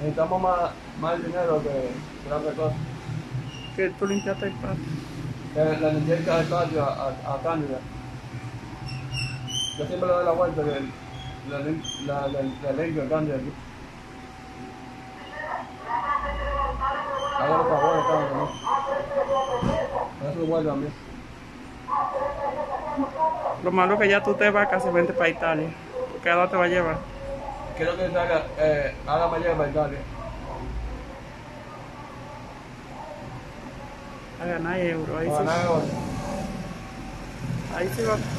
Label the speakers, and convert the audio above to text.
Speaker 1: necesitamos más, más dinero que, que otra cosa.
Speaker 2: Que tú limpiaste el patio.
Speaker 1: Eh, La limpieza del patio a, a, a Cándida. Yo siempre le doy la vuelta que la, lim- la, la, la limpio el Cándida aquí. Hágalo por favor, Cándida, ¿no? Eso es bueno también.
Speaker 2: Lo malo que ya tú te vas casi vente para Italia. ¿Qué edad te va a llevar?
Speaker 1: Quiero que se haga, eh, haga mañana para Italia.
Speaker 2: A ganar euros. Ahí
Speaker 1: Para
Speaker 2: sí.
Speaker 1: ganar hoy.
Speaker 2: Ahí sí va.